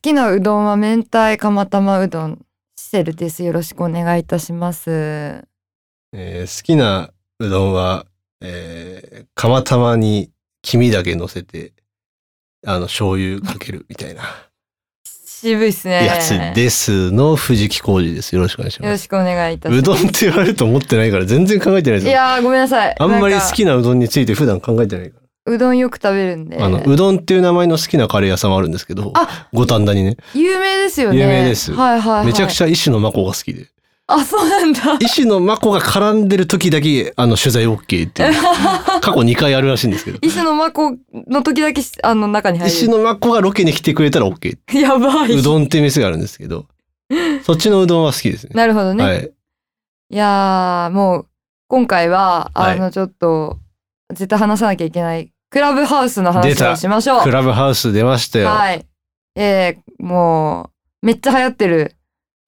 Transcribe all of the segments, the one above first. きなうどんは明太釜玉うどんシセルですよろしくお願いいたしますえー好きなうどんは、えー、釜玉に黄身だけ乗せて、あの、醤油かけるみたいな渋いっすねやつですの藤木浩二です。よろしくお願いしよまろす。しくお願いいたしますうどんって言われると思ってないから全然考えてないいですよ。やーごめんなさいあんまりなか好きなうどんについて普段考えてないかうどんよく食べるんでら。あの、うどんっていう名前の好きなカレー屋さんはあるんですけど、あ五反田にね、有名ですよね有名ですはいはい、はい、めちゃくちゃ石野真子が好きで、あそうなん だ石野真子が絡んでる時だけ、あの、取材 OK っていう、過去2回あるらしいんですけど、石野真子の時だけしあの中に入る石野真子がロケに来てくれたら OK っやばいうどん っていう店があるんですけど、そっちのうどんは好きです ね。なるほどね、、はいい。やーもう今回ははあいのちょっと、絶対話さなきゃいけないクラブハウスの話出たをしましょうクラブハウス出ましたよ。はいえー、もうめっちゃ流行ってる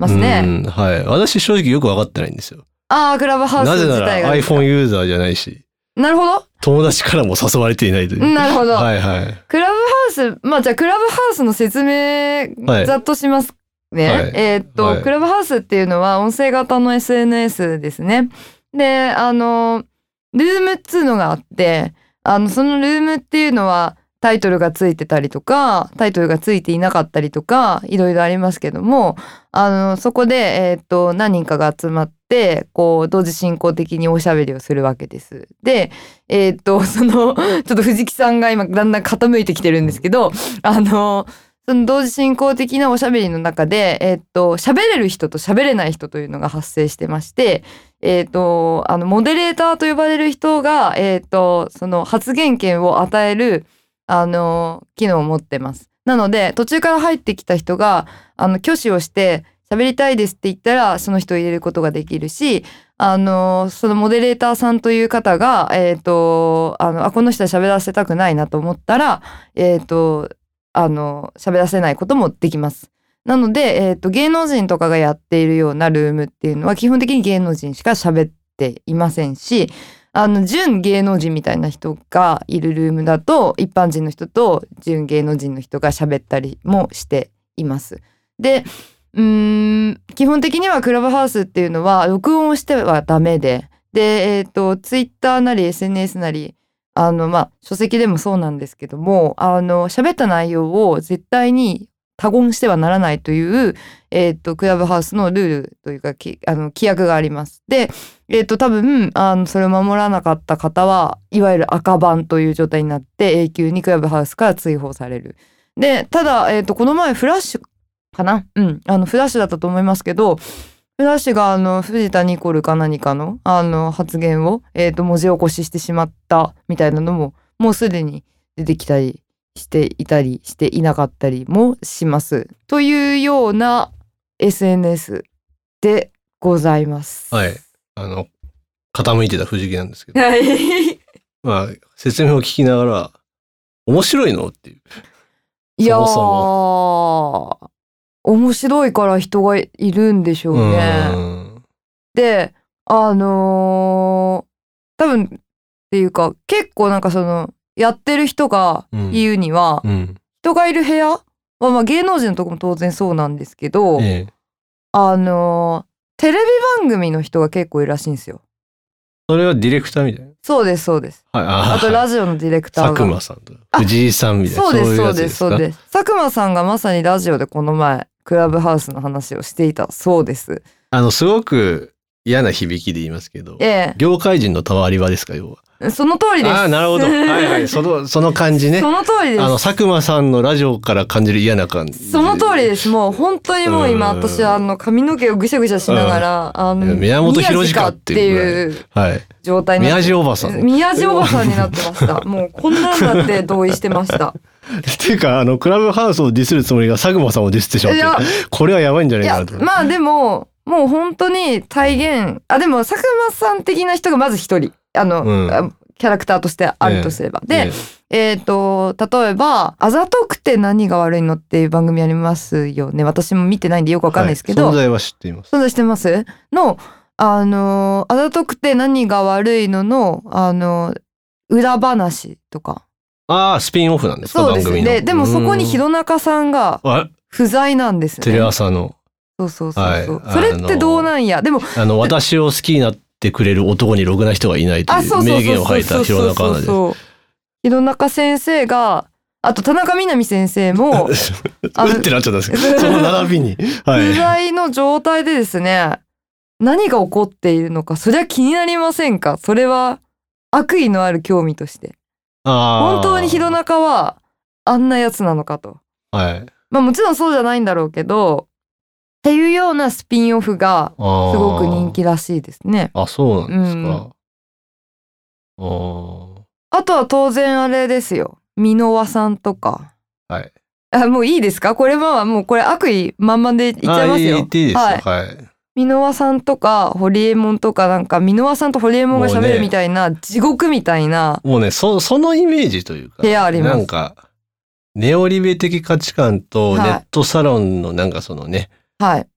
ますねうんはい。私正直よく分かってないんですよ。ああクラブハウスなぜな自ら体が iPhone ユーザーじゃないし、なるほど友達からも誘われていないという。うん なるほどはいはい。クラブハウス、まあじゃあクラブハウスの説明はいざっとしますね。はいえーっと、はいクラブハウスっていうのは音声型の SNS ですね。で、あの、ルームっつうのがあって、あの、そのルームっていうのはタイトルがついてたりとか、タイトルがついていなかったりとか、いろいろありますけども、あの、そこで、えーっと、何人かが集まって、こう、同時進行的におしゃべりをするわけです。で、えーっと、その、ちょっと藤木さんが今だんだん傾いてきてるんですけど、あの、その同時進行的なおしゃべりの中で、えっと、喋れる人と喋れない人というのが発生してまして、えっと、あの、モデレーターと呼ばれる人が、えっと、その発言権を与える、あの、機能を持ってます。なので、途中から入ってきた人が、あの、挙手をして、喋りたいですって言ったら、その人を入れることができるし、あのそのモデレーターさんという方が、えー、とあのあこの人は喋らせたくないなと思ったら、えー、とあの喋らせないこともできます。なので、えー、と芸能人とかがやっているようなルームっていうのは基本的に芸能人しか喋っていませんしあの準芸能人みたいな人がいるルームだと一般人の人と準芸能人の人が喋ったりもしています。でうーん基本的にはクラブハウスっていうのは録音をしてはダメででえっ、とツイッターなり SNS なりあのまあ書籍でもそうなんですけどもあの喋った内容を絶対に他言してはならないという、えっとクラブハウスのルールというかきあの規約があります。で、えっと多分あのそれを守らなかった方はいわゆる赤番という状態になって永久にクラブハウスから追放される。でただ、えっとこの前フラッシュかなうん。あの、フラッシュだったと思いますけど、フラッシュがあの、藤田ニコルか何かの、あの、発言を、えっ、と、文字起こししてしまったみたいなのも、もうすでに出てきたりしていたりしていなかったりもします。というような SNS でございます。はい。あの、傾いてた藤木なんです けど、はい。まあ、説明を聞きながら、面白いのっていう。 いやーそもそ面白いから人がいるんでしょうね。うん。であのー多分っていうか結構なんかそのやってる人がうん言うには、うん。人がいる部屋は、まあ、まあ芸能人のとこも当然そうなんですけど、ええ。あのーテレビ番組の人が結構いるらしいんですよ。それはディレクターみたいな。そうですそうです。はい。ああとラジオのディレクター佐久が。間さんと藤井さんみたいな。そうですいそうやつですそうかです。佐久間さんがまさにラジオでこの前クラブハウスの話をしていたそうです。あの、すごく嫌な響きで言いますけど、え業界人のたわり場ですか、要は。え、その通りです。ああ、なる ほど。はいはい。その、その感じね。そあの通りです。の、佐久間さんのラジオから感じる嫌な感じ。。その通りですす。もう本当にもう今、うん私はあの髪の毛をぐしゃぐしゃしながら、あの、宮本浩次宮かかっってていいうはい。状態になっ宮て地おばさん。 っ宮地おばさんになってま した。もうこんなんだって同意してました。ていうか、あの、クラブハウスをディスるつもりが佐久間さんをディスってしまっいやて、これはやばいんじゃないいかやなと、。まあでも、もう本当に体現、あ、でも佐久間さん的な人がまず一人、あの、うんあキャラクターとしてあるとすれば。で、ね、えっ、と、例えば、あざとくて何が悪いのっていう番組ありますよね。私も見てないんでよくわかんないですけど。はい存在は知っています。存在してますの、あのーあざとくて何が悪いのの、あのー裏話とか。ああ、スピンオフなんですか、そうで番す組ね。の。で、でもそこにひど弘中さんが、あ不在なんですね。テレ朝の、そうそうそうそう、はいそれってどうなんや。でもあの、私を好きになってくれる男にろくな人はいないとあいそううそう名言そうをそう吐いそたう弘中アナでそう弘中先生があと田中みな実先生 もす。あうのってなっちゃったん ですけど、その並びに。は不い。在の状態でですね何が起こっているのかそりゃ気になりませんかそれは悪意のある興味として本本当に弘中はあんなやつなのかとはい。まあもちろんそうじゃないんだろうけどっていうようなスピンオフがすごすごく人。気らしいですねあ、そうなんですうんか。あーあとは当然あれですよ箕輪さんとかはい。あもういいですかこれはもうこれ悪意満々でいっちゃいますあよ言っていいですよ。はいはい。箕輪さんとか堀エモ門とかなんか箕輪さんと堀エモ門が喋るみたいな、地獄みたいなもうね、そそのイメージというか。でありますなんか、ネオリベ的価値観とネはいットサロンのなんかそのね、はい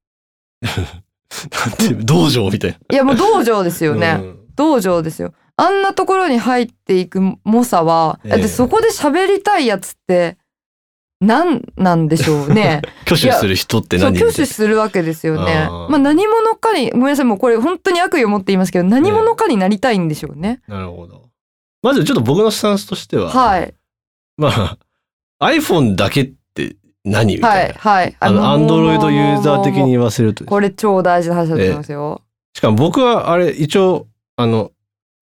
なんていう道場みたいいやもう道場ですな。よね、 うん道場ですよあんなところに入っていく猛者は、ええだってそこで喋りたいやつって何なんでしょう ね挙手する人ってそう何挙手するわけですよねあーまあ何者かにごめんなさいもうこれ本当に悪意を持って言いますけど何者かになりたいんでしょうね、なるほど。まずちょっと僕のスタンスとしては、はいまあ、iPhone だけって何みたはいいな。はいあの、アンドロイドユーザー的にに言わせるとですね。これ超大事な話だと思いますよ。しかも僕はあれ一応あの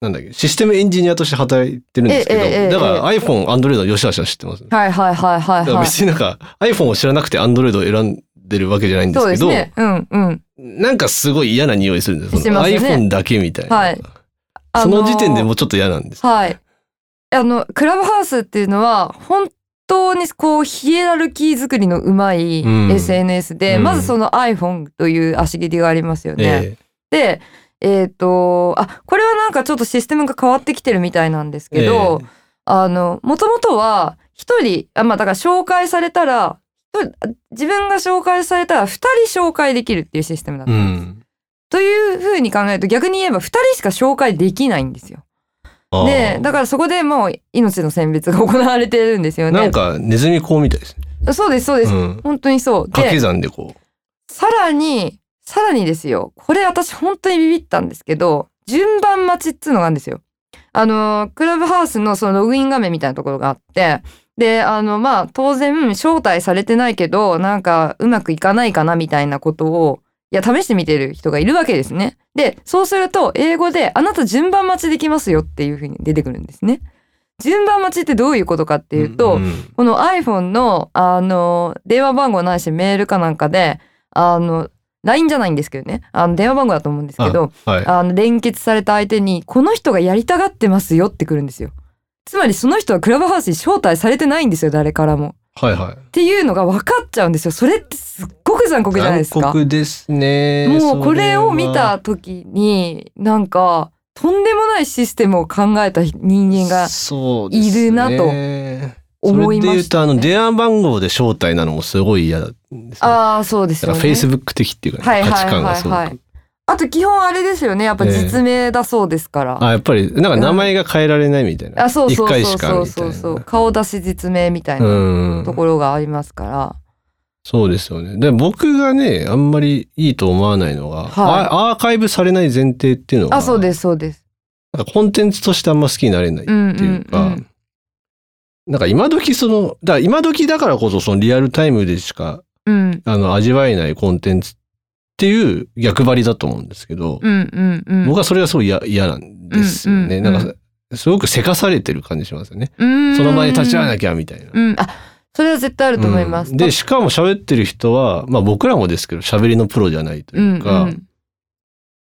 なんだっけシステムエンジニアとして働いてるんですけど、ええええだから iPhone、Android の吉橋さん知ってます、はいはいはいはいだからはい。別になんか iPhone を知らなくて Android を選んでるわけじゃないんでそすうけですどね。うんうん。なんかすごい嫌な匂いするんですよ、しますね iPhone だけみたいな、はいその時点でもう。うちょっと嫌なんです、はい。あのクラブハウスっていうのは本当にこうヒエラルキー作りのうまいうん SNS で、うんまずその iPhone という足切りがありますよね。えで、えっ、とあこれはなんかちょっとシステムが変わってきてるみたいなんですえけど、あの、もともとは、一人、あ、まあ、だから紹介されたら、一人あ自分が紹介されたら二人紹介できるっていうシステムだっえた。うんというふうに考えると、逆に言えば二人しか紹介できないんですよ。あーで、だからそこでもう命の選別が行われてるんですよなんね。かネズミ講みたいですね、そうです、そうです。うん、本当にそう。掛けで、算でこさらに、さらにですよ、これ私本当にビビったんですけど、順番待ちっつうのがあるんですよ。あの、クラブハウスのそのログイン画面みたいなところがあって、で、あの、まあ、当然、招待されてないけど、なんか、うまくいかないかなみたいなことを、いや、試してみてる人がいるわけですね。で、そうすると、英語で、あなた順番待ちできますよっていうふうに出てくるんですね。順番待ちってどういうことかってういうと、んんこの iPhone の、あの、電話番号ないしメールかなんかで、あの、LINE じゃないんですけどね、あの、電話番号だと思うんですけど、はいあの、連結された相手に、この人がやりたがってますよってくるんですよ。つまりその人はクラブハウスに招待されてないんですよ、誰からも。はいはっていうのが分かっちゃうんですよ。それってすっごく残酷いじゃないですか。残酷ですねもうこれを見そはた時に、なんか、とんでもないシステムを考えた人間がそうですねいるなと思いそれでま言うしと、た、あね。の、電話番号で招待なのもすごい嫌なんですよ。ああ、そうですだよからね。フェイスブック的っていうかはね、いはい価はい値はい観がすごく。あと基本あれですよねやっぱええ実名だそうですから、あ、やっぱり、なんか名前が変えられないみたいな。あそうそ一う回そしうかそうみたそいうそうな。顔出し実名みたいうなんところがありますから、そうですよね。で、僕がね、あんまりいいと思わないのはが、いあアーカイブされない前提っていうのが、あそうですそうですなんかコンテンツとしてあんま好きになれないっていううか、んうんうんなんか今時その、だから今時だからこそそのリアルタイムでしかうんあの、味わえないコンテンツっていう逆張りだと思うんですけど、うんうんうん僕はそれがすごい嫌嫌なんですよね。うんうんうんなんか、すごくせかされてる感じしますよね。うんその場に立ち会わなきゃみたいな。うんあそれは絶対あると思います、うんで、しかも喋ってる人は、まあ僕らもですけど、喋りのプロじゃないとういんうか、うん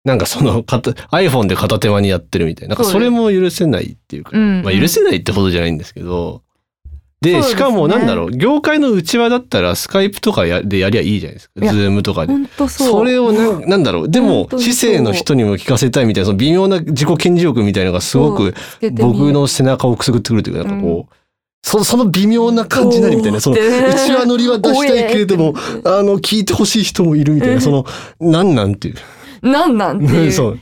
なんかその片、iPhone で片手間にやってるみたいな。なんかそれも許せないっていうか、うんうんまあ許せないってほどじゃないんですけど、そうで、ですねしかもなんだろう、業界の内輪だったら、スカイプとかやでやりゃいいじゃないですか。いやズームとかでほ。んとそうそれをなんなんだろうでも本当にそう市政の人にも聞かせたいみたいなその微妙な自己顕示欲みたいなのがすごくつけてみ僕の背中をくすぐってくるというかなんかこう、そその微妙な感じなりみたいなそのうそうちわ乗りは出したいけれどもあの聞いてほしい人もいるみたいなそのなんなんっていうなんなんっていう そう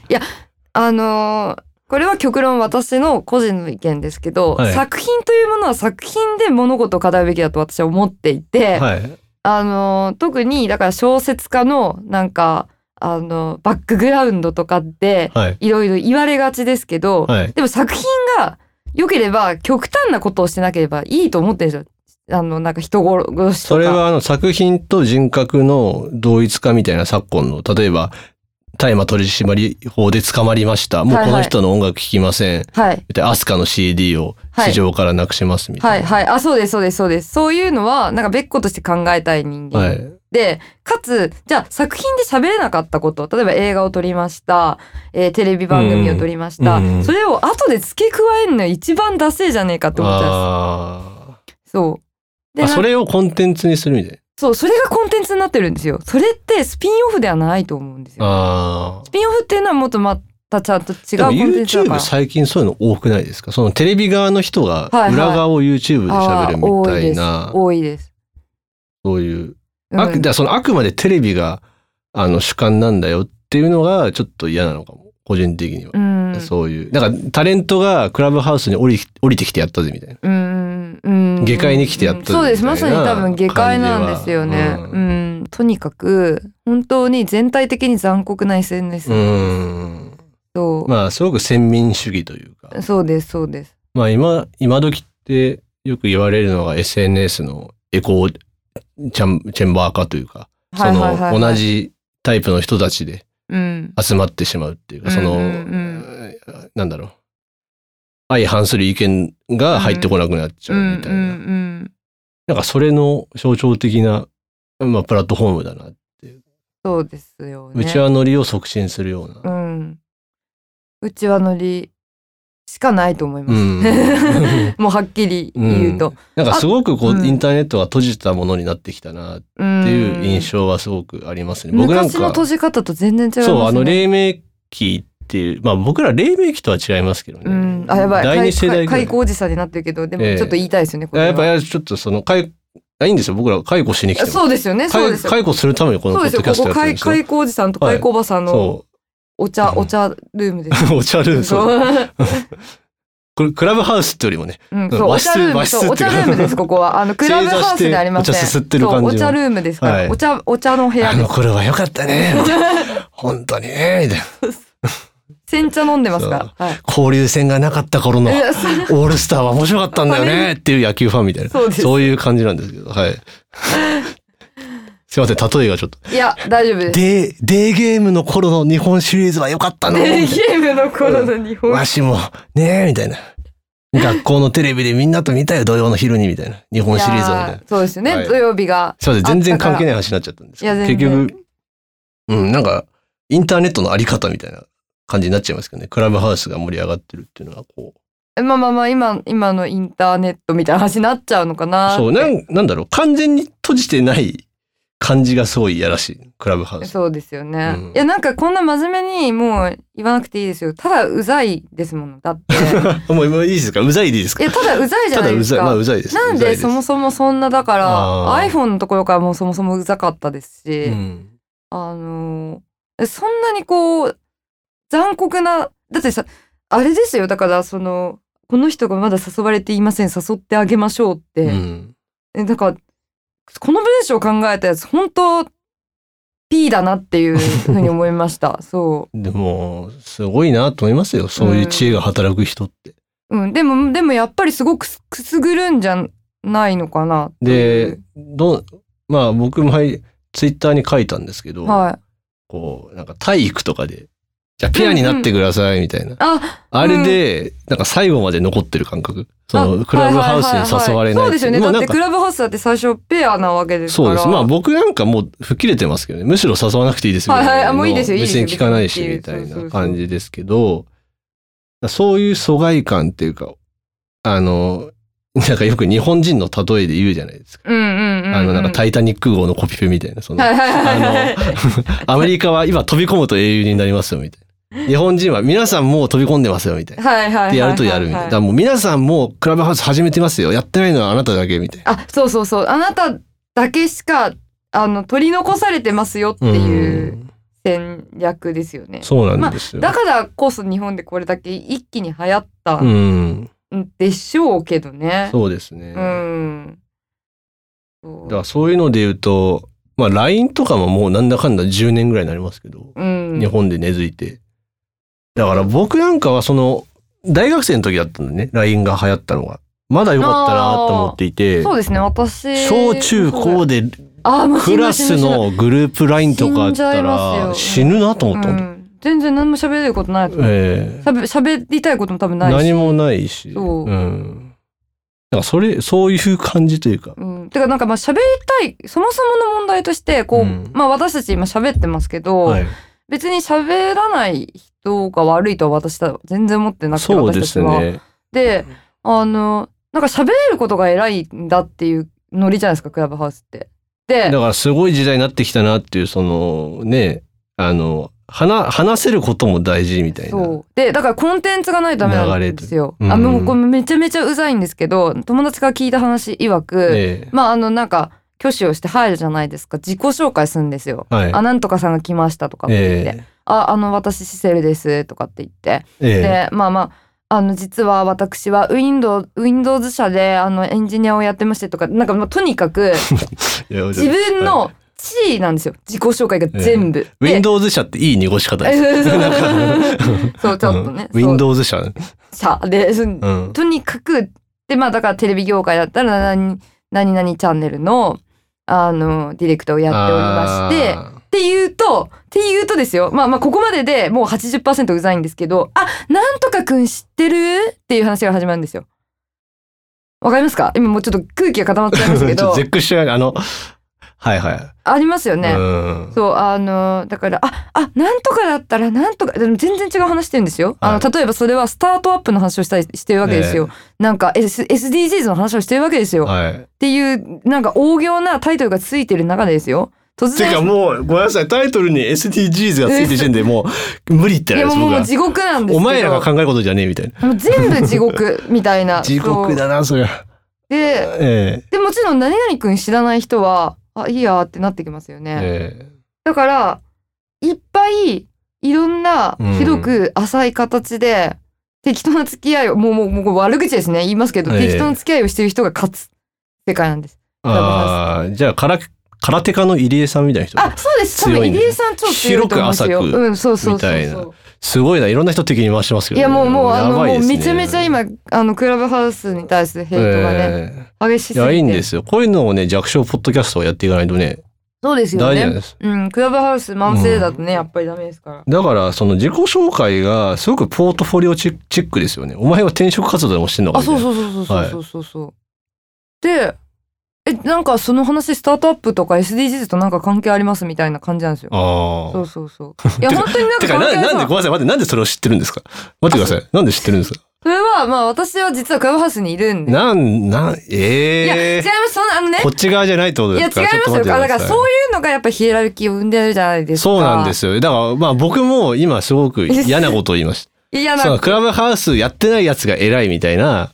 あのーこれは極論私の個人の意見ですけど、はい作品というものは作品で物事を語るべきだと私は思っていて、はいあの特にだから小説家のなんかあのバックグラウンドとかってはい。いろいろ言われがちですけど、はい。でも作品が良ければ極端なことをしてなければいいと思ってるんですよ。あのなんか人殺しとか。それはあの作品と人格の同一化みたいな昨今の、例えば、大麻取締法で捕まりました。もうはいこはのい人の音楽聴きません。はいで、アスカの CD をはい市場からなくしますみたはいいな。はいあそうですそうですそうですそういうのはなんか別個として考えたい人間、はい。でかつじゃあ作品で喋れなかったこと例えば映画を撮りました、えーテレビ番組を撮りました、うんうんそれを後で付け加えるの一番ダセえじゃねえかって思っちゃうんであすそうーであ。なそれをコンテンツにするみたいそうそれがコンテンツになってるんですよそれってスピンオフではないと思うんですな。よああス。ピンオフっていうのはもっとまたちゃんと違うでコもンテンツだか YouTube ら最近そういうの多くないですかそのテレビ側の人がはいはい裏側を YouTube で喋るみたいあーな、多いですそういう。多あいです、うんだからそのあくまでテレビがあの主観なんだよっていうのがちょっと嫌なのかも、個人的には。うんそういう。だからタレントがクラブハウスに降り降りてきてやったぜみたいな。うんうん下界に来てやったみたいなそうですまさに多分下界なんですよね、感じうはんとにかく本当に全体的に残酷な SNS うーん。と、まあすごく先民主義というか。そうですそうですまあ今、今時ってよく言われるのが SNS のエコーチャンチェンバー化というか、そはいはいはいはのい同じタイプの人たちでうん集まってしまうっていうか、その、うんうんなんだろう。相反する意見が入ってこなくなっちゃうみたいな。うんうんうんなんかそれの象徴的な、まあ、プラットフォームだな。そうですよねうちわ乗りを促進するような。うんうちはノリしかないと思います、うん もうはっきり言うと、なんかすごくこう、あうんインターネットが閉じたものになってきたなってうんいう印象はすごくありますね。僕なん昔のか、閉じ方と全然違いますねそう、あの、黎明期っていう、まあ僕ら黎明期とは違いますけどね。うん、あやばい第二世代ぐら解い。雇おじさんになってるけどでもええちょっと言いたいですよね、こあれはやっぱりちょっとその、解あいいんですよ。僕ら解雇しに来ても。そうですよねそうですよ解雇するためにこのそうポでッすよドキャスこトこやって解るんですよ。解雇おじさんとはい解雇おばさんのそお茶、うんお茶ルームですう。お 茶ルーム、そそう。う、これクラブハウスってよりもね、 うん、うんそうお和室茶ルーム和室そうお茶ルームですここはあのクラブハウスでありません正座してお茶すすってる感じのそうお茶ルームですから、はいお茶お茶の部あ屋でのす頃は良かった ね。本当にね。みたいな煎茶飲んでますからはい交流戦がなかった頃のいやそうオールスターは面白かったんだよあねっていう野球ファンみたいな。そうですそういう感じなんですけど、はい。すいません、例えがちょっと。いや大丈夫ですデー、デーゲームの頃の日本シリーズは良かったのみたデいーゲームの頃の日な本、わしも、ねえ、みたいな。学校のテレビでみんなと見たよ、土曜の昼に、みたいな。日本シリーズをみたいいなや。そうですよね、はい土曜日がすいません、全然関係ない話になっちゃったんですけどいや結全然局、うん、なんか、インターネットのあり方みたいな感じになっちゃいますけどね。クラブハウスが盛り上がってるっていうのは、こう。まあまあまあ今今のインターネットみたいな話になっちゃうのかなそうなん、なんだろう、完全に閉じてない感じがすごいいやらしい、クラブハウス。そうですよね、うんいやなんかこんな真面目にもう言わなくていいですよただうざいですものだって もうもういいですかうざいでいいですいかやただうざいじゃたなだいうですざい、かまあうざいです。なんうざいですそもそもそんなだからあー iPhone のところからもうそもそもうざかったですし、うんあのーそんなにこう残酷なだってさあれですよだからそのこの人がまだ誘われていません誘ってあげましょうって、うんえなんかこの文章を考えたやつ本当 P だなっていうふうに思いましたそでも、すごいなと思いますよ。そういう知恵が働く人って。う、うん、でもでもやっぱりすごくすくすぐるんじゃないのかなっていでう、どう、まあ僕もはい、ツイッターに書いたんですけど、はいこう、なんか体育とかで、じゃあペアになってくださいみたいな。ああれで、なんか最後まで残ってる感覚。その、あクラブハウスはいはいはいはに誘われないそうですよねもだうなっんてかクラブハウスだって最初ペアなわけですかそらうです。まあ僕なんかもう吹っ切れてますけどね。むしろ誘わなくていいですよはいはいあもういいですよいいです別よに聞かないし、別にみたいそうそうそなう感じですけど、そういう疎外感っていうか、あの、なんかよく日本人の例えで言うじゃないですか。うんうんうん、うん、あの、なんかタイタニック号のコピペみたいな、その、はいはいはいはいあの、 アメリカは今飛び込むと英雄になりますよ、みたいな。日本人は皆さんもう飛び込んでますよ、みたいな。はいはいはいはいでやるとやるみたいな。だからもう皆さんもうクラブハウス始めてますよ。やってないのはあなただけ、みたいな。あそうそうそうあなただけしかあの取り残されてますよっていううん戦略ですよね、そうなんですよ。だからこそ日本でこれだけ一気に流行ったうん。んでしょうけどね。そうですね。うんそうだからそういうので言うと、まあ LINE とかももうなんだかんだ10年ぐらいになりますけど、うん日本で根付いて。だから僕なんかはその、大学生の時だったんだね、LINE が流行ったのが。まだ良かったなと思っていて、そうですね私小中高であーもうク死んだラ死んだスのグループ LINE とかあったら死死ぬなと思死っんただも、うんん全然何も喋れることないですええしゃべ喋りたいことも多分ないし何もないし。そううん。だからそれ、そういう感じというか。うん、てかなんかまあ喋りたいそもそもの問題としてこう、うんまあ私たち今喋ってますけど、はい。別に喋らない人が悪いとは私は全然思ってなくてそうです私たちは。ね。であのなんか喋れることが偉いんだっていうノリじゃないですかクラブハウスって。でだからすごい時代になってきたなっていうそのねあの話話せることも大事みたいな。そうでだからコンテンツがないとダメなんですよ。流れとあもううんこれめちゃめちゃうざいんですけど友達から聞いた話曰く、ええまああのなんか挙手をして入るじゃないですか自己紹介するんですよ。はい。あなんとかさんが来ましたとかって言って。えあ、あの、私、シセルです、とかって言って。ええで、まあまあ、あの、実は私は Windows、Windows 社で、あの、エンジニアをやってましてとか、なんか、まあ、とにか く、えいや自分はのい地位なんですよ。自己紹介が全部。で Windows 社っていい濁し方です。え そうなんか そう、ちょっとね。うん Windows 社。う。そう社で、そうんとにかく、で、まあ、だからテレビ業界だったら、何、何々チャンネルの、あの、ディレクターをやっておりまして、あって言うと、って言うとですよ。まあまあ、ここまででもう80%うざいんですけど、あ、なんとかくん知ってるっていう話が始まるんですよ。わかりますか今もうちょっと空気が固まっちゃいますけー ちょっどと、絶句してないあのはいはありますよい。ね。うんそう、あの、だから、あ、あ、なんとかだったら、なんとか、でも全然違う話してるんですよ。あはの、例えばそれはスタートアップの話をしたりしてるわけですよ。なんか、S、SDGs の話をしてるわけですよ。っはい。ていう、なんか、大行なタイトルがついてる中でですよ。突て然。かもうごめんなさいタイトルに SDGs がついてる時点でも う無理っていなやいでもうすも僕うもう地獄は。なんですけどお前らが考えることじゃねえみたいな。もう全部地獄みた いな地獄だなそれは。そうでええでもちろん何々くん知らない人はあいいやってなってきますよね、ええ。だからいっぱいいろんなうん広く浅い形で適当な付き合いをもうもうもう悪口ですね言いますけど、ええ適当な付き合いをしてる人が勝つ世界なんですああ、じゃあ、から、空手家の入江さんみたいな人。あそうです多強分いね入江さん超強いと思いますよ広く浅くうんそうそうそうみたいそなうすごいな、いろんな人的に回してますけいど、やね。もうもうあやのばいもでうすねめちゃめちゃ、今あのクラブハウスに対するヘイトがね、え激しすぎえていや、いいんですよ。こういうのをね、弱小ポッドキャストをやっていかないとね、そうですよ大事なんね。です。うん、クラブハウス慢性だとね、やっぱりダメですから。だから、その自己紹介が、すごくポートフォリオチェチェックですよね。お前は転職活動でもしてんのかあ、みたいそうそなうそうそうそうそうそう。で、え、なんかその話スタートアップとか SDGs となんか関係ありますみたいな感じなんですよ。あそあ。うそうそう。いや、 てか本当になんかてか関な、係ありなんで、そごう。めんなさい、待って、なんでそれを知ってるんですか待ってください。なんで知ってるんですかそれは、まあ私は実はクラブハウスにいるんで。なん、ないや、ん、え違えいます、そんな、あのねこ。っち側じゃないってこといでや、違いすますかちよ。ょっと待ってくだださいからそういうのがやっぱヒエラルキーを生んでるじゃないですか。そうなんですよ。だから、まあ僕も今すごく嫌なことを言いましい や。嫌た。なそのクラブハウスやってないやつが偉いみたいな、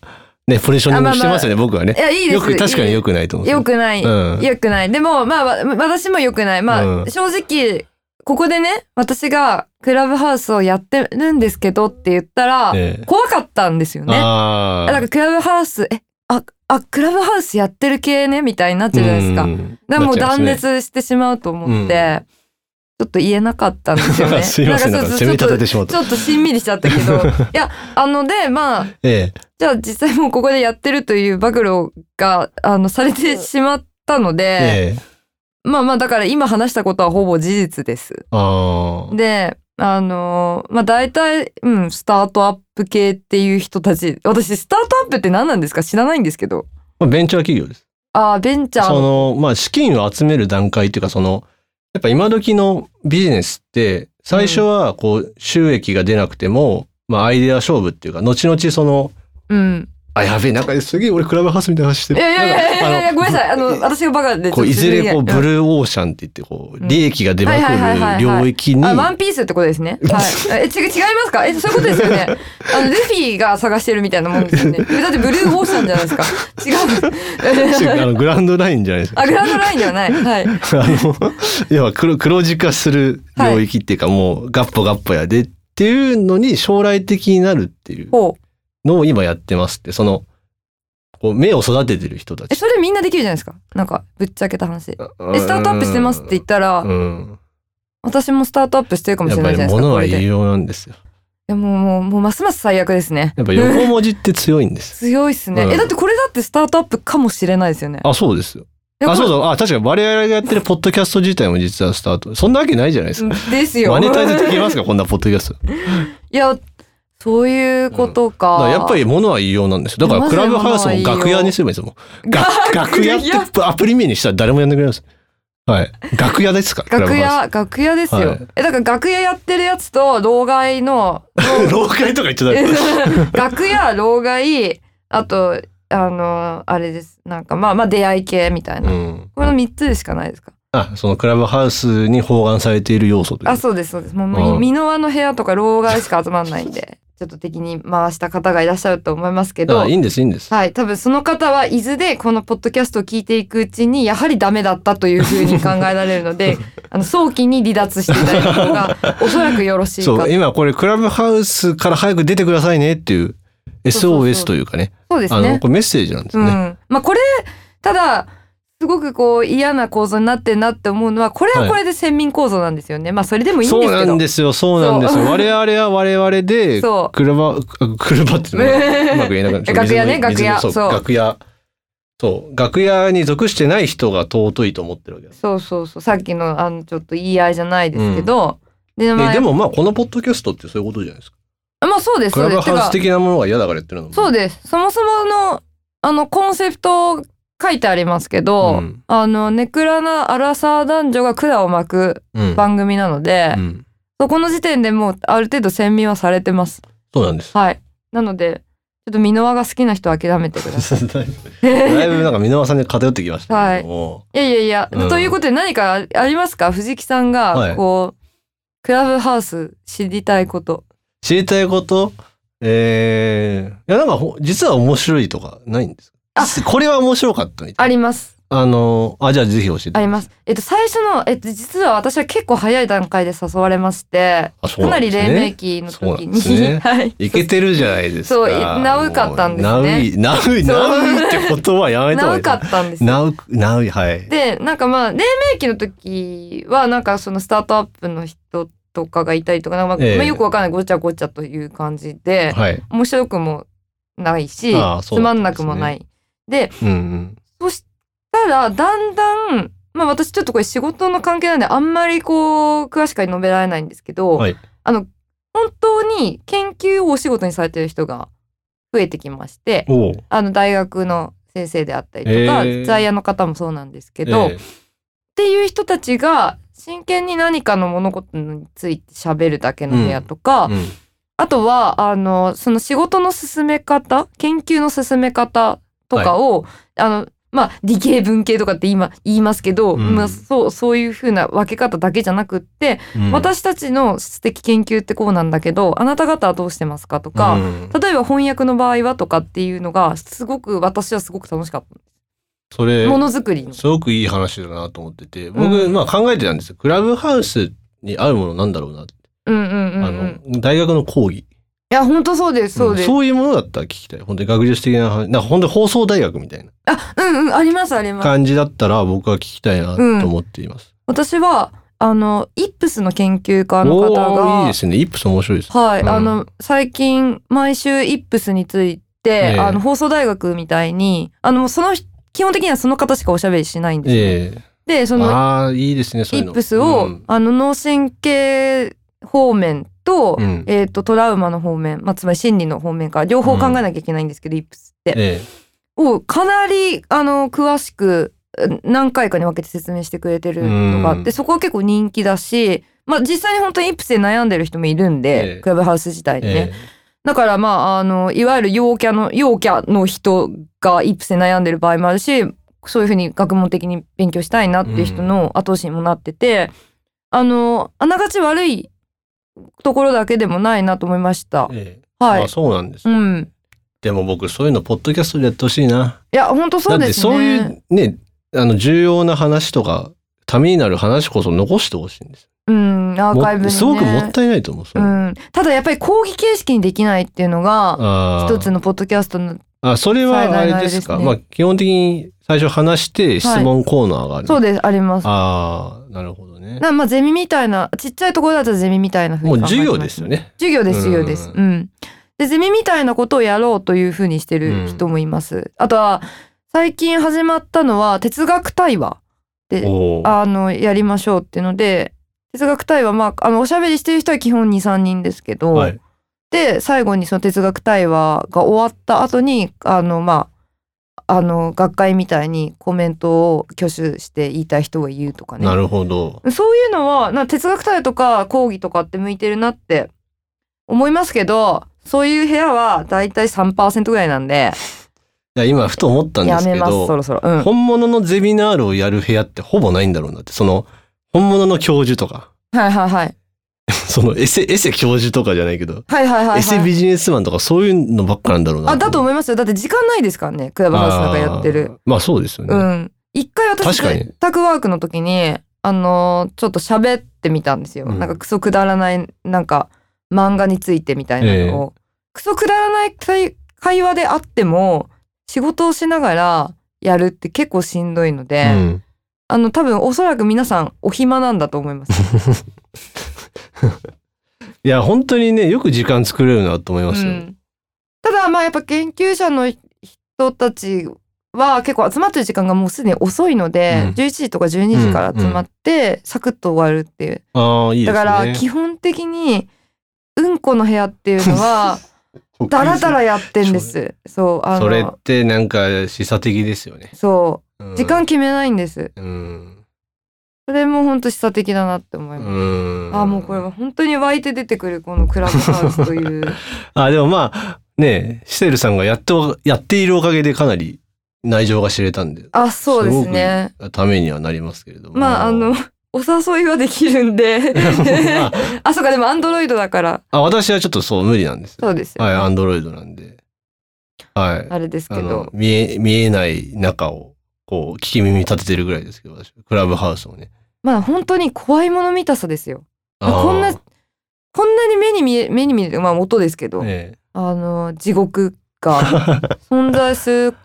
ね、ポジショニングしてますよね、僕はいね。や、いいですよく、確かに良くくないと思う。よくない。うん良くない。でも、まあ、わ私も良くない。まあ、うん正直、ここでね、私がクラブハウスをやってるんですけどって言ったら、ええ怖かったんですよね。あだからクラブハウス、え、あ、あ、クラブハウスやってる系ね、みたいになっちゃうじゃないですか。だからもう断絶してしまうと思って、ちょっと言えなかったん ですよね。 すいません、ななんんかかちょ攻めっと、ち立ててしまった。ょっとしんみりしちゃったけど、い や、あので、まあ、ええ。じゃあ実際もうここでやってるという暴露があのされてしまったので、ええ。まあまあだから今話したことはほぼ事実です。ああ。であのまあ大体、うん、スタートアップ系っていう人たち私スタートアップって何なんですか知らないんですけどまあベンチャー企業です。ああベンチャーそのの、まあ資金を集める段階っていうか、その、やっぱ今時のビジネスって、最初はこう、収益が出なくても、まあアイデア勝負っていうか、後々その、うんあ、やべえ、なんかすげえ俺クラブハウスみたいな話している。やいやいやいやいやいやんごかめんなさいあのぶ私がバカでちょっとこういずれこううんブルーオーシャンって言ってこううん利益が出まくはいはいはいはいはいる領域に。あワンピースってことですね。 はい。え、違違いますかえ、そういうことですよね。あの、ルフィが探してるみたいなもんです よね。えだってブルーオーシャンじゃないですか。違 あう。のグランドラインじゃないですか。あ、グランドラインではない。 はい。あの、要は黒黒字化する領域っていうか、もうガッポガッポやでっていうのに将来的になるっていうほのを今やってますって、その、こう目を育ててる人たえち。それみんなできるじゃないですかなんかぶっちゃけた話え、スえスタートアップしてますって言ったら、うん、私もスタートアップしてるかもしやっれなぱいじりゃないですか物こはれで栄い養なんですよ。やもうもうもうますます最悪ですねやっぱ横文字って強いんです。強いっすね、うんえだってこれだってスタートアップかもしれないですよねあ、そうですよ。いやあ、そうこそう。あ、確か我々がやってるポッドキャスト自体も実はスタート。そんなわけないじゃないですか。れですよマネタイズできますすかこんなポッドキャスト。だ いやそういうことか,、からやっぱり物は言いようなんですよ。だからクラブハウスも楽屋にすればいいですもん。 が楽屋ってアプリ名にしたら誰もやんなくなります。はい。楽屋ですから、楽クラブハ屋楽屋ですよ、はいえだから楽屋やってるやつと老害 のウ ス。老害とか言っちゃダメ。楽屋老害あとあのあれですなんかまあまあ出会い系みたいな、うん。この3つしかないですかあ、そのクラブハウスに包含されている要素というあそうですそうですもうもううん美濃輪の部屋とか老害しか集まんないんで ちょっと敵に回した方がいらっしゃると思いますけどあいいんです、いいんです。はい多分その方は伊豆でこのポッドキャストを聞いていくうちにやはりダメだったというふうに考えられるの であの早期に離脱していただいた方がおそらくよろしいかそとう、今これクラブハウスから早く出てくださいねっていうそうそうそ SOS うというかね。そうですあねの、これメッセージなんですうね。ん、まあこれただすごくこう嫌な構造になってんなって思うのはこれはこれで先民構造なんですよね、まあそれでもいいんですそけうどなんですよ、そうなんですよ。我々は我々で、そうクラブ、あクラブっていうのがう まく言えなかった。楽屋ね水の水の楽屋そうそう楽屋。そう、楽屋に属してない人が尊いと思ってるわけです。そうそうそうさっきのあのちょっと言い合いじゃないですけど、でまあねでもまあこのポッドキャストってそういうことじゃないですか。まあそうですクそラうブですハウスてか的なものが嫌だからやってるのも。そうですそもそものあのコンセプト書いてありますけど、うんあのネクラなアラサー男女が管を巻くうん番組なので、うんそこの時点でもうある程度選民はされてますそうなんです。はいなのでちょっとミノワが好きな人 は諦めてくださいだいぶなんか箕輪さんに偏ってきましたけども。いやいやいや、うんということで何かあありますか藤木さんはがいこう、クラブハウス知りたいこと知りたいことえー、いやなんかほ実は面白いとかないんですあこれは面白かったみたいありますなあのあじゃあぜひ教えてありますえっと最初のえっと実は私は結構早い段階で誘われましてあそかうななんりですね黎明期の時に、そうなんで すはいいけてるじゃないですかそういなうかったんですねもうなういそうなういなういって言葉やめ たな方がいういかったんですよなうなういはいでなんかまあ黎明期の時はなんかそのスタートアップの人とかがいたりとかなんかまあ、ええまあよくわかんないごちゃごちゃという感じで、はい面白くもないし、ああそつうだまったんですねんなくもないでうんうんそしたらだんだんまあ私ちょっとこれ仕事の関係なんであんまりこう詳しくは述べられないんですけど、はいあの本当に研究をお仕事にされてる人が増えてきましておうあの大学の先生であったりとか、えー在野の方もそうなんですけど、えっえていう人たちが真剣に何かの物事について喋るだけの部屋とか、うんあとはあのその仕事の進め方研究の進め方とかを、あのまあ理系文系とかって今言いますけど、うんまあ、そうそういうふうな分け方だけじゃなくって、うん私たちの質的研究ってこうなんだけどあなた方はどうしてますかとうか、ん例えば翻訳の場合はとかっていうのがすごく私はすごく楽しかっそたれものづくりの。すごくいい話だなと思ってて僕、うんまあ考えてたんですよクラブハウスに合うものなんだろうなって、うんうんうんうあん、いの大学の講義や本当そうですそうです。んそういうものだったら聞きたい。本当に学術的な話、なんか本当に放送大学みたいなあうんうんありますあります。感じだったら僕は聞きたいなと思っています。私はあのイップスの研究家のお方がーいいですね。イップス面白いです。はい、うんあの最近毎週イップスについて、ええあの放送大学みたいにあのもうその人基本的にはその方しかおしゃべりしないんです、ねええでそのああ、いいですね。そうイいうの。ップスを、うんあの脳神経方面と,、うんえー、とトラウマの方面、まあ、つまり心理の方面から両方考えなきゃいけないんですけど、イップスって、えをかなりあの詳しくうん何回かに分けて説明してくれてるのがあって、うんそこは結構人気だし、まあ、実際に本当にイップスで悩んでる人もいるんで、ええクラブハウス自体えにね。えだからまあ、あの、いわゆる陽キャの、陽キャの人がイップスで悩んでる場合もあるし、そういうふうに学問的に勉強したいなっていう人の後押しにもなってて、あの、あながち悪いところだけでもないなと思いました。ええはあい。そうなんです、うん。でも僕そういうのポッドキャストでやってほしいな。いや、本当そうだっでてすね。そういうね、あの重要な話とか、ためになる話こそ残してほしいんです。うん、アーカイブに、もね。すごくもったいないと思う。それうん。ただやっぱり講義形式にできないっていうのが、あー一つのポッドキャストのあ、それはあ最大れですのあか。れですねまあ、基本的に最初話して質問コーナーがある。そうですありますああ、なるほどね。なまあゼミみたいなちっちゃいところだとゼミみたいな風もにう考えてま授す業ですよね。授業です授業ですううん、でゼミみたいなことをやろうというふうにしてる人もいます、あとは最近始まったのは哲学対話でおお。あのやりましょうっていうので哲学対話まああのおしゃべりしてる人は基本23人ですけど、はい。で最後にその哲学対話が終わった後にあのまああの学会みたいにコメントを挙手して言いたい人が言うとかねなるほど。そういうのはな哲学対話とか講義とかって向いてるなって思いますけどそういう部屋はだいたい3%ぐらいなんでいや、今ふと思ったんでやすけめますそど、ろそろ。うん、本物のゼミナールをやる部屋ってほぼないんだろうなって、その、本物の教授とか、 はいはいはいそのエセ、エセ教授とかじゃないけど、はいはいはい、エセはい。ビジネスマンとかそういうのばっかなんだろうな。あだと思いますよだって時間ないですからねクラブハウスなんかやってる。あー。まあそうですよね。うん。一回私確かに在宅ワークの時にあのーちょっと喋ってみたんですよ、うんなんかクソくだらないなんか漫画についてみたいなのを、クソくだらない会会話であっても仕事をしながらやるって結構しんどいので、うんあの多分おそらく皆さんお暇なんだと思い ます。いや、本当にね、よく時間作れるなと思いますよ。うんただまあやっぱ研究者の人たちは結構集まってる時間がもうすでに遅いので、うん11時とか12時から集まってサクッと終わるっていうああ、いいですだね。から基本的にうんこの部屋っていうの はダラダラやってんです。そうあそれっのてなんか示唆的ですよね。そうんう時間決めないんです。うん。それも本当示唆的だなって思います。うん。あもうこれは本当に湧いて出てくるこのクラブハウスと いうあ、でもまあ、ねえ、シセルさんがやってわ、やっているおかげでかなり内情が知れたんで、あそうですね。ためにはなりますけれども。まああ のお誘いはできるんであ あそうかでもアンドロイドだからあ、私はちょっとそう無理なんですよ。そうですよ、はい、アンドロイドなんで。はい。あれですけあのど見え見えない中をこう聞き耳立ててるぐらいですけど私クラブハウスもねまあ本当に怖いもの見たさですよ。あーこんなこんなに目に見え目に見えてまあ音ですけど、えあの地獄 が存在するっ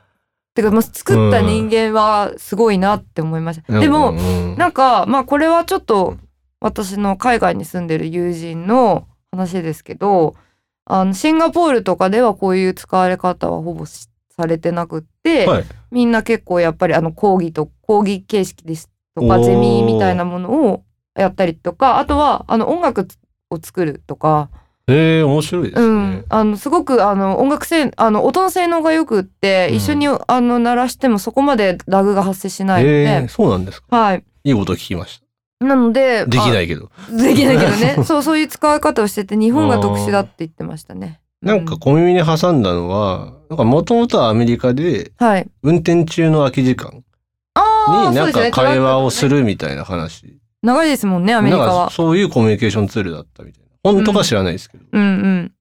てか、まあ、作った人間はすごいなって思いました、えでも、うんなんかまあこれはちょっと私の海外に住んでる友人の話ですけどあのシンガポールとかではこういう使われ方はほぼしされてなくって、はいみんな結構やっぱりあの講義と講義形式ですとおかーゼミみたいなものをやったりとかあとはあの音楽を作るとかええ面白いですうね、ん、あのすごくあの音楽性あの音の性能がよくって、うん一緒にあの鳴らしてもそこまでラグが発生しないのえで、えそうなんですかはいいいこと聞きましなのでたできないいけどできないけどね そうそういう使い方をしてて日本が特殊だって言ってましたね。なんかう小耳に挟んだのはなんかもともとはアメリカではい運転中の空き時間ああにそうなんですよねかトラック会とか話をすねるみたいな話長いですもんねアメリカなんはかそういうコミュニケーションツールだったみたいな本当か知らないですけど、うん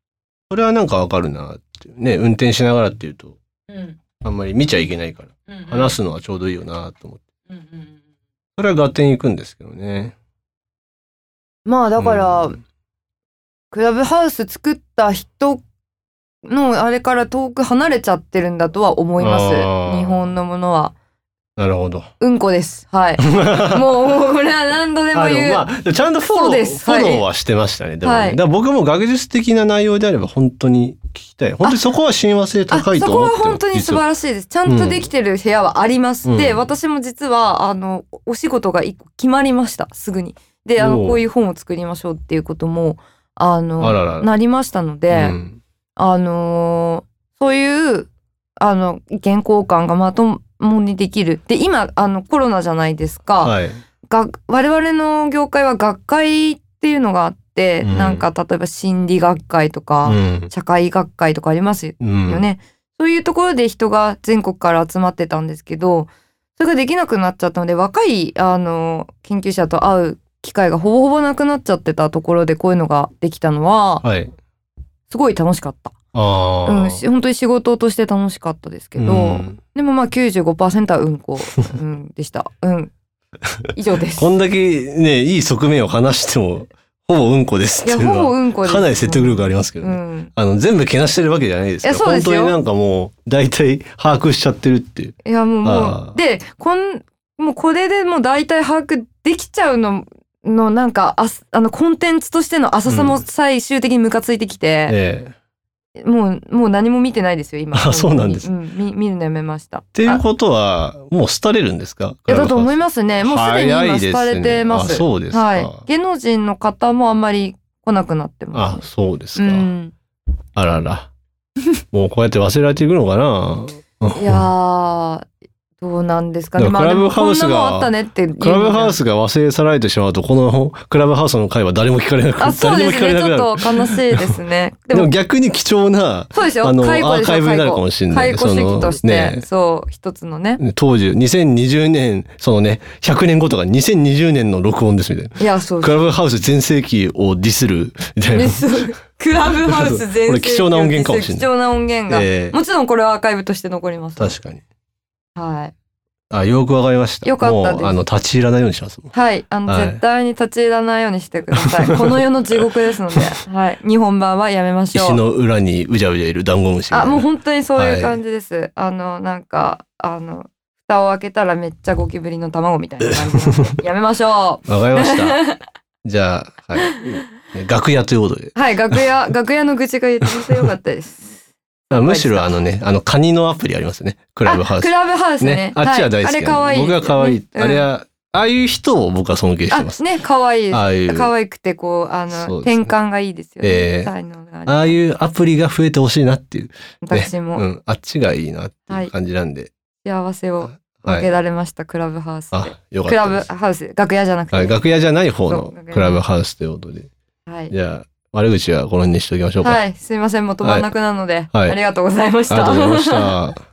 それはなんかわかるなっていうね運転しながらっていうとうんあんまり見ちゃいけないからうん話す、すのはちょうどいいよなと思って。うんうん、それは合点行くんですけどね。まあだから、うんクラブハウス作った人のあれから遠く離れちゃってるんだとは思いますあー日本のものはなるほど。うんこです はいもう、もうこれは何度でもあで言もう。まあ、ちゃんとフォロそうー、ですフはォいローはしてましたね。でもねはいだから僕も学術的な内容であれば本当に聞きたい。本当にそこは親和性あ高いそとこ思っはて本当に素晴い。らしいです。ちゃんとできてる部屋はあります。うんで、うん私も実は、あの、お仕事が一個決まりました。すぐに。で、あの、おうこういう本を作りましょうっていうことも、あの、あらららなりましたので、うんあのーそういう、あの、意見交換がまともにできる。で、今、あの、コロナじゃないですか。はい。が我々の業界は学会っていうのがあって、うんなんか、例えば心理学会とか、うん社会学会とかありますようんね、そういうところで人が全国から集まってたんですけどそれができなくなっちゃったので若いあの研究者と会う機会がほぼほぼなくなっちゃってたところでこういうのができたのははい。すごい楽しかった、ああ。うん、し本当に仕事として楽しかったですけど、うんでもまあ95%はうんこ、うん、でしたうん以上です こんだけね、いい側面を話しても、ほぼうんこですっいていやほうのぼは、うんこですかなり説得力ありますけどうね。んあの、全部けなしてるわけじゃないですいよ。やそう本です当よになんかもう、大体把握しちゃってるっていう。いやもうあもーうでこんもうこれでもう大体把握できちゃうののなんかあすあのコンテンツとしての浅さうもん最終的にムカついてきて、ええ。っもうもう何も見てないですよ今あそうなんです本当にうん、み見るのやめましたっていうことは、もう廃れるんですかいやだと思いまますねもうすでに今されてますあ、そうですか。はい芸能人の方もあんまり来なくなってますあ、そうですうか。んあらら。もうこうやって忘れられていくのかないやーどうなんですかねだからでもクラブハウスがこんなもんあったねっていう クラブハウスが忘れ去られてしまうと、このクラブハウスの会は誰も聞かれなくなある。そうで誰もす聞かれねなくちなるょっ。と悲しいですねででもも逆に貴重な、そうですよ。あの、解雇アですーカイよ。ブにな解るか雇もしれない。解雇主義として、ねそう、一つのね。当時、2020年、そのね、100年後とか2020年の録音ですみたいな。いや、そうクラブハウス全盛期をディスる、みたいなで。す。クラブハウス全盛期これ貴重な音源かもしれない貴重な音源が、ええもちろんこれはアーカイブとして残ります。確かに。はい。あ、よくわかりました。よかったですもう、あの、立ち入らないようにしますもん。はい。あの、はい絶対に立ち入らないようにしてください。 この世の地獄ですので、はい。日本版はやめましょ石う。の裏にうじゃうじゃいるダンゴムシみたいあ、な。もう本当にそういう感じです。あの、なんか、あの、蓋を開けたらめっちゃゴキブリの卵みたいな感じなん で。やめましょう。わかり ました。じゃあ、はい。楽屋ということで。はい。楽 屋、楽屋の愚痴が言ってみてよかったです。あむしろあのね、あの、カニのアプリありますよね。クラブハウあクス。ラブハウスね。ね。あっちは大好きい、あれなの可愛い僕は可愛い。うんあれは、ああいう人を僕は尊敬してます。あ、ね、可愛いですああいう。可愛くて、こう、あその、うです転ね換がいいですよえね。え才能があるああいうアプリが増えてほしいなっていう。私もうん。あっちがいいなっていう感じなんで。幸せをは受い。けられました、クラブハウスで。あ、よかっクラたブです。ハウス、楽屋じゃなくて。はい。楽屋じゃない方のそう楽屋クラブハウスということで。はい。じゃあ、悪口はこの辺にしておきましょうか。はい、すいません、もう止まんなくなるので、はいありがとうございましありた。がとうございました。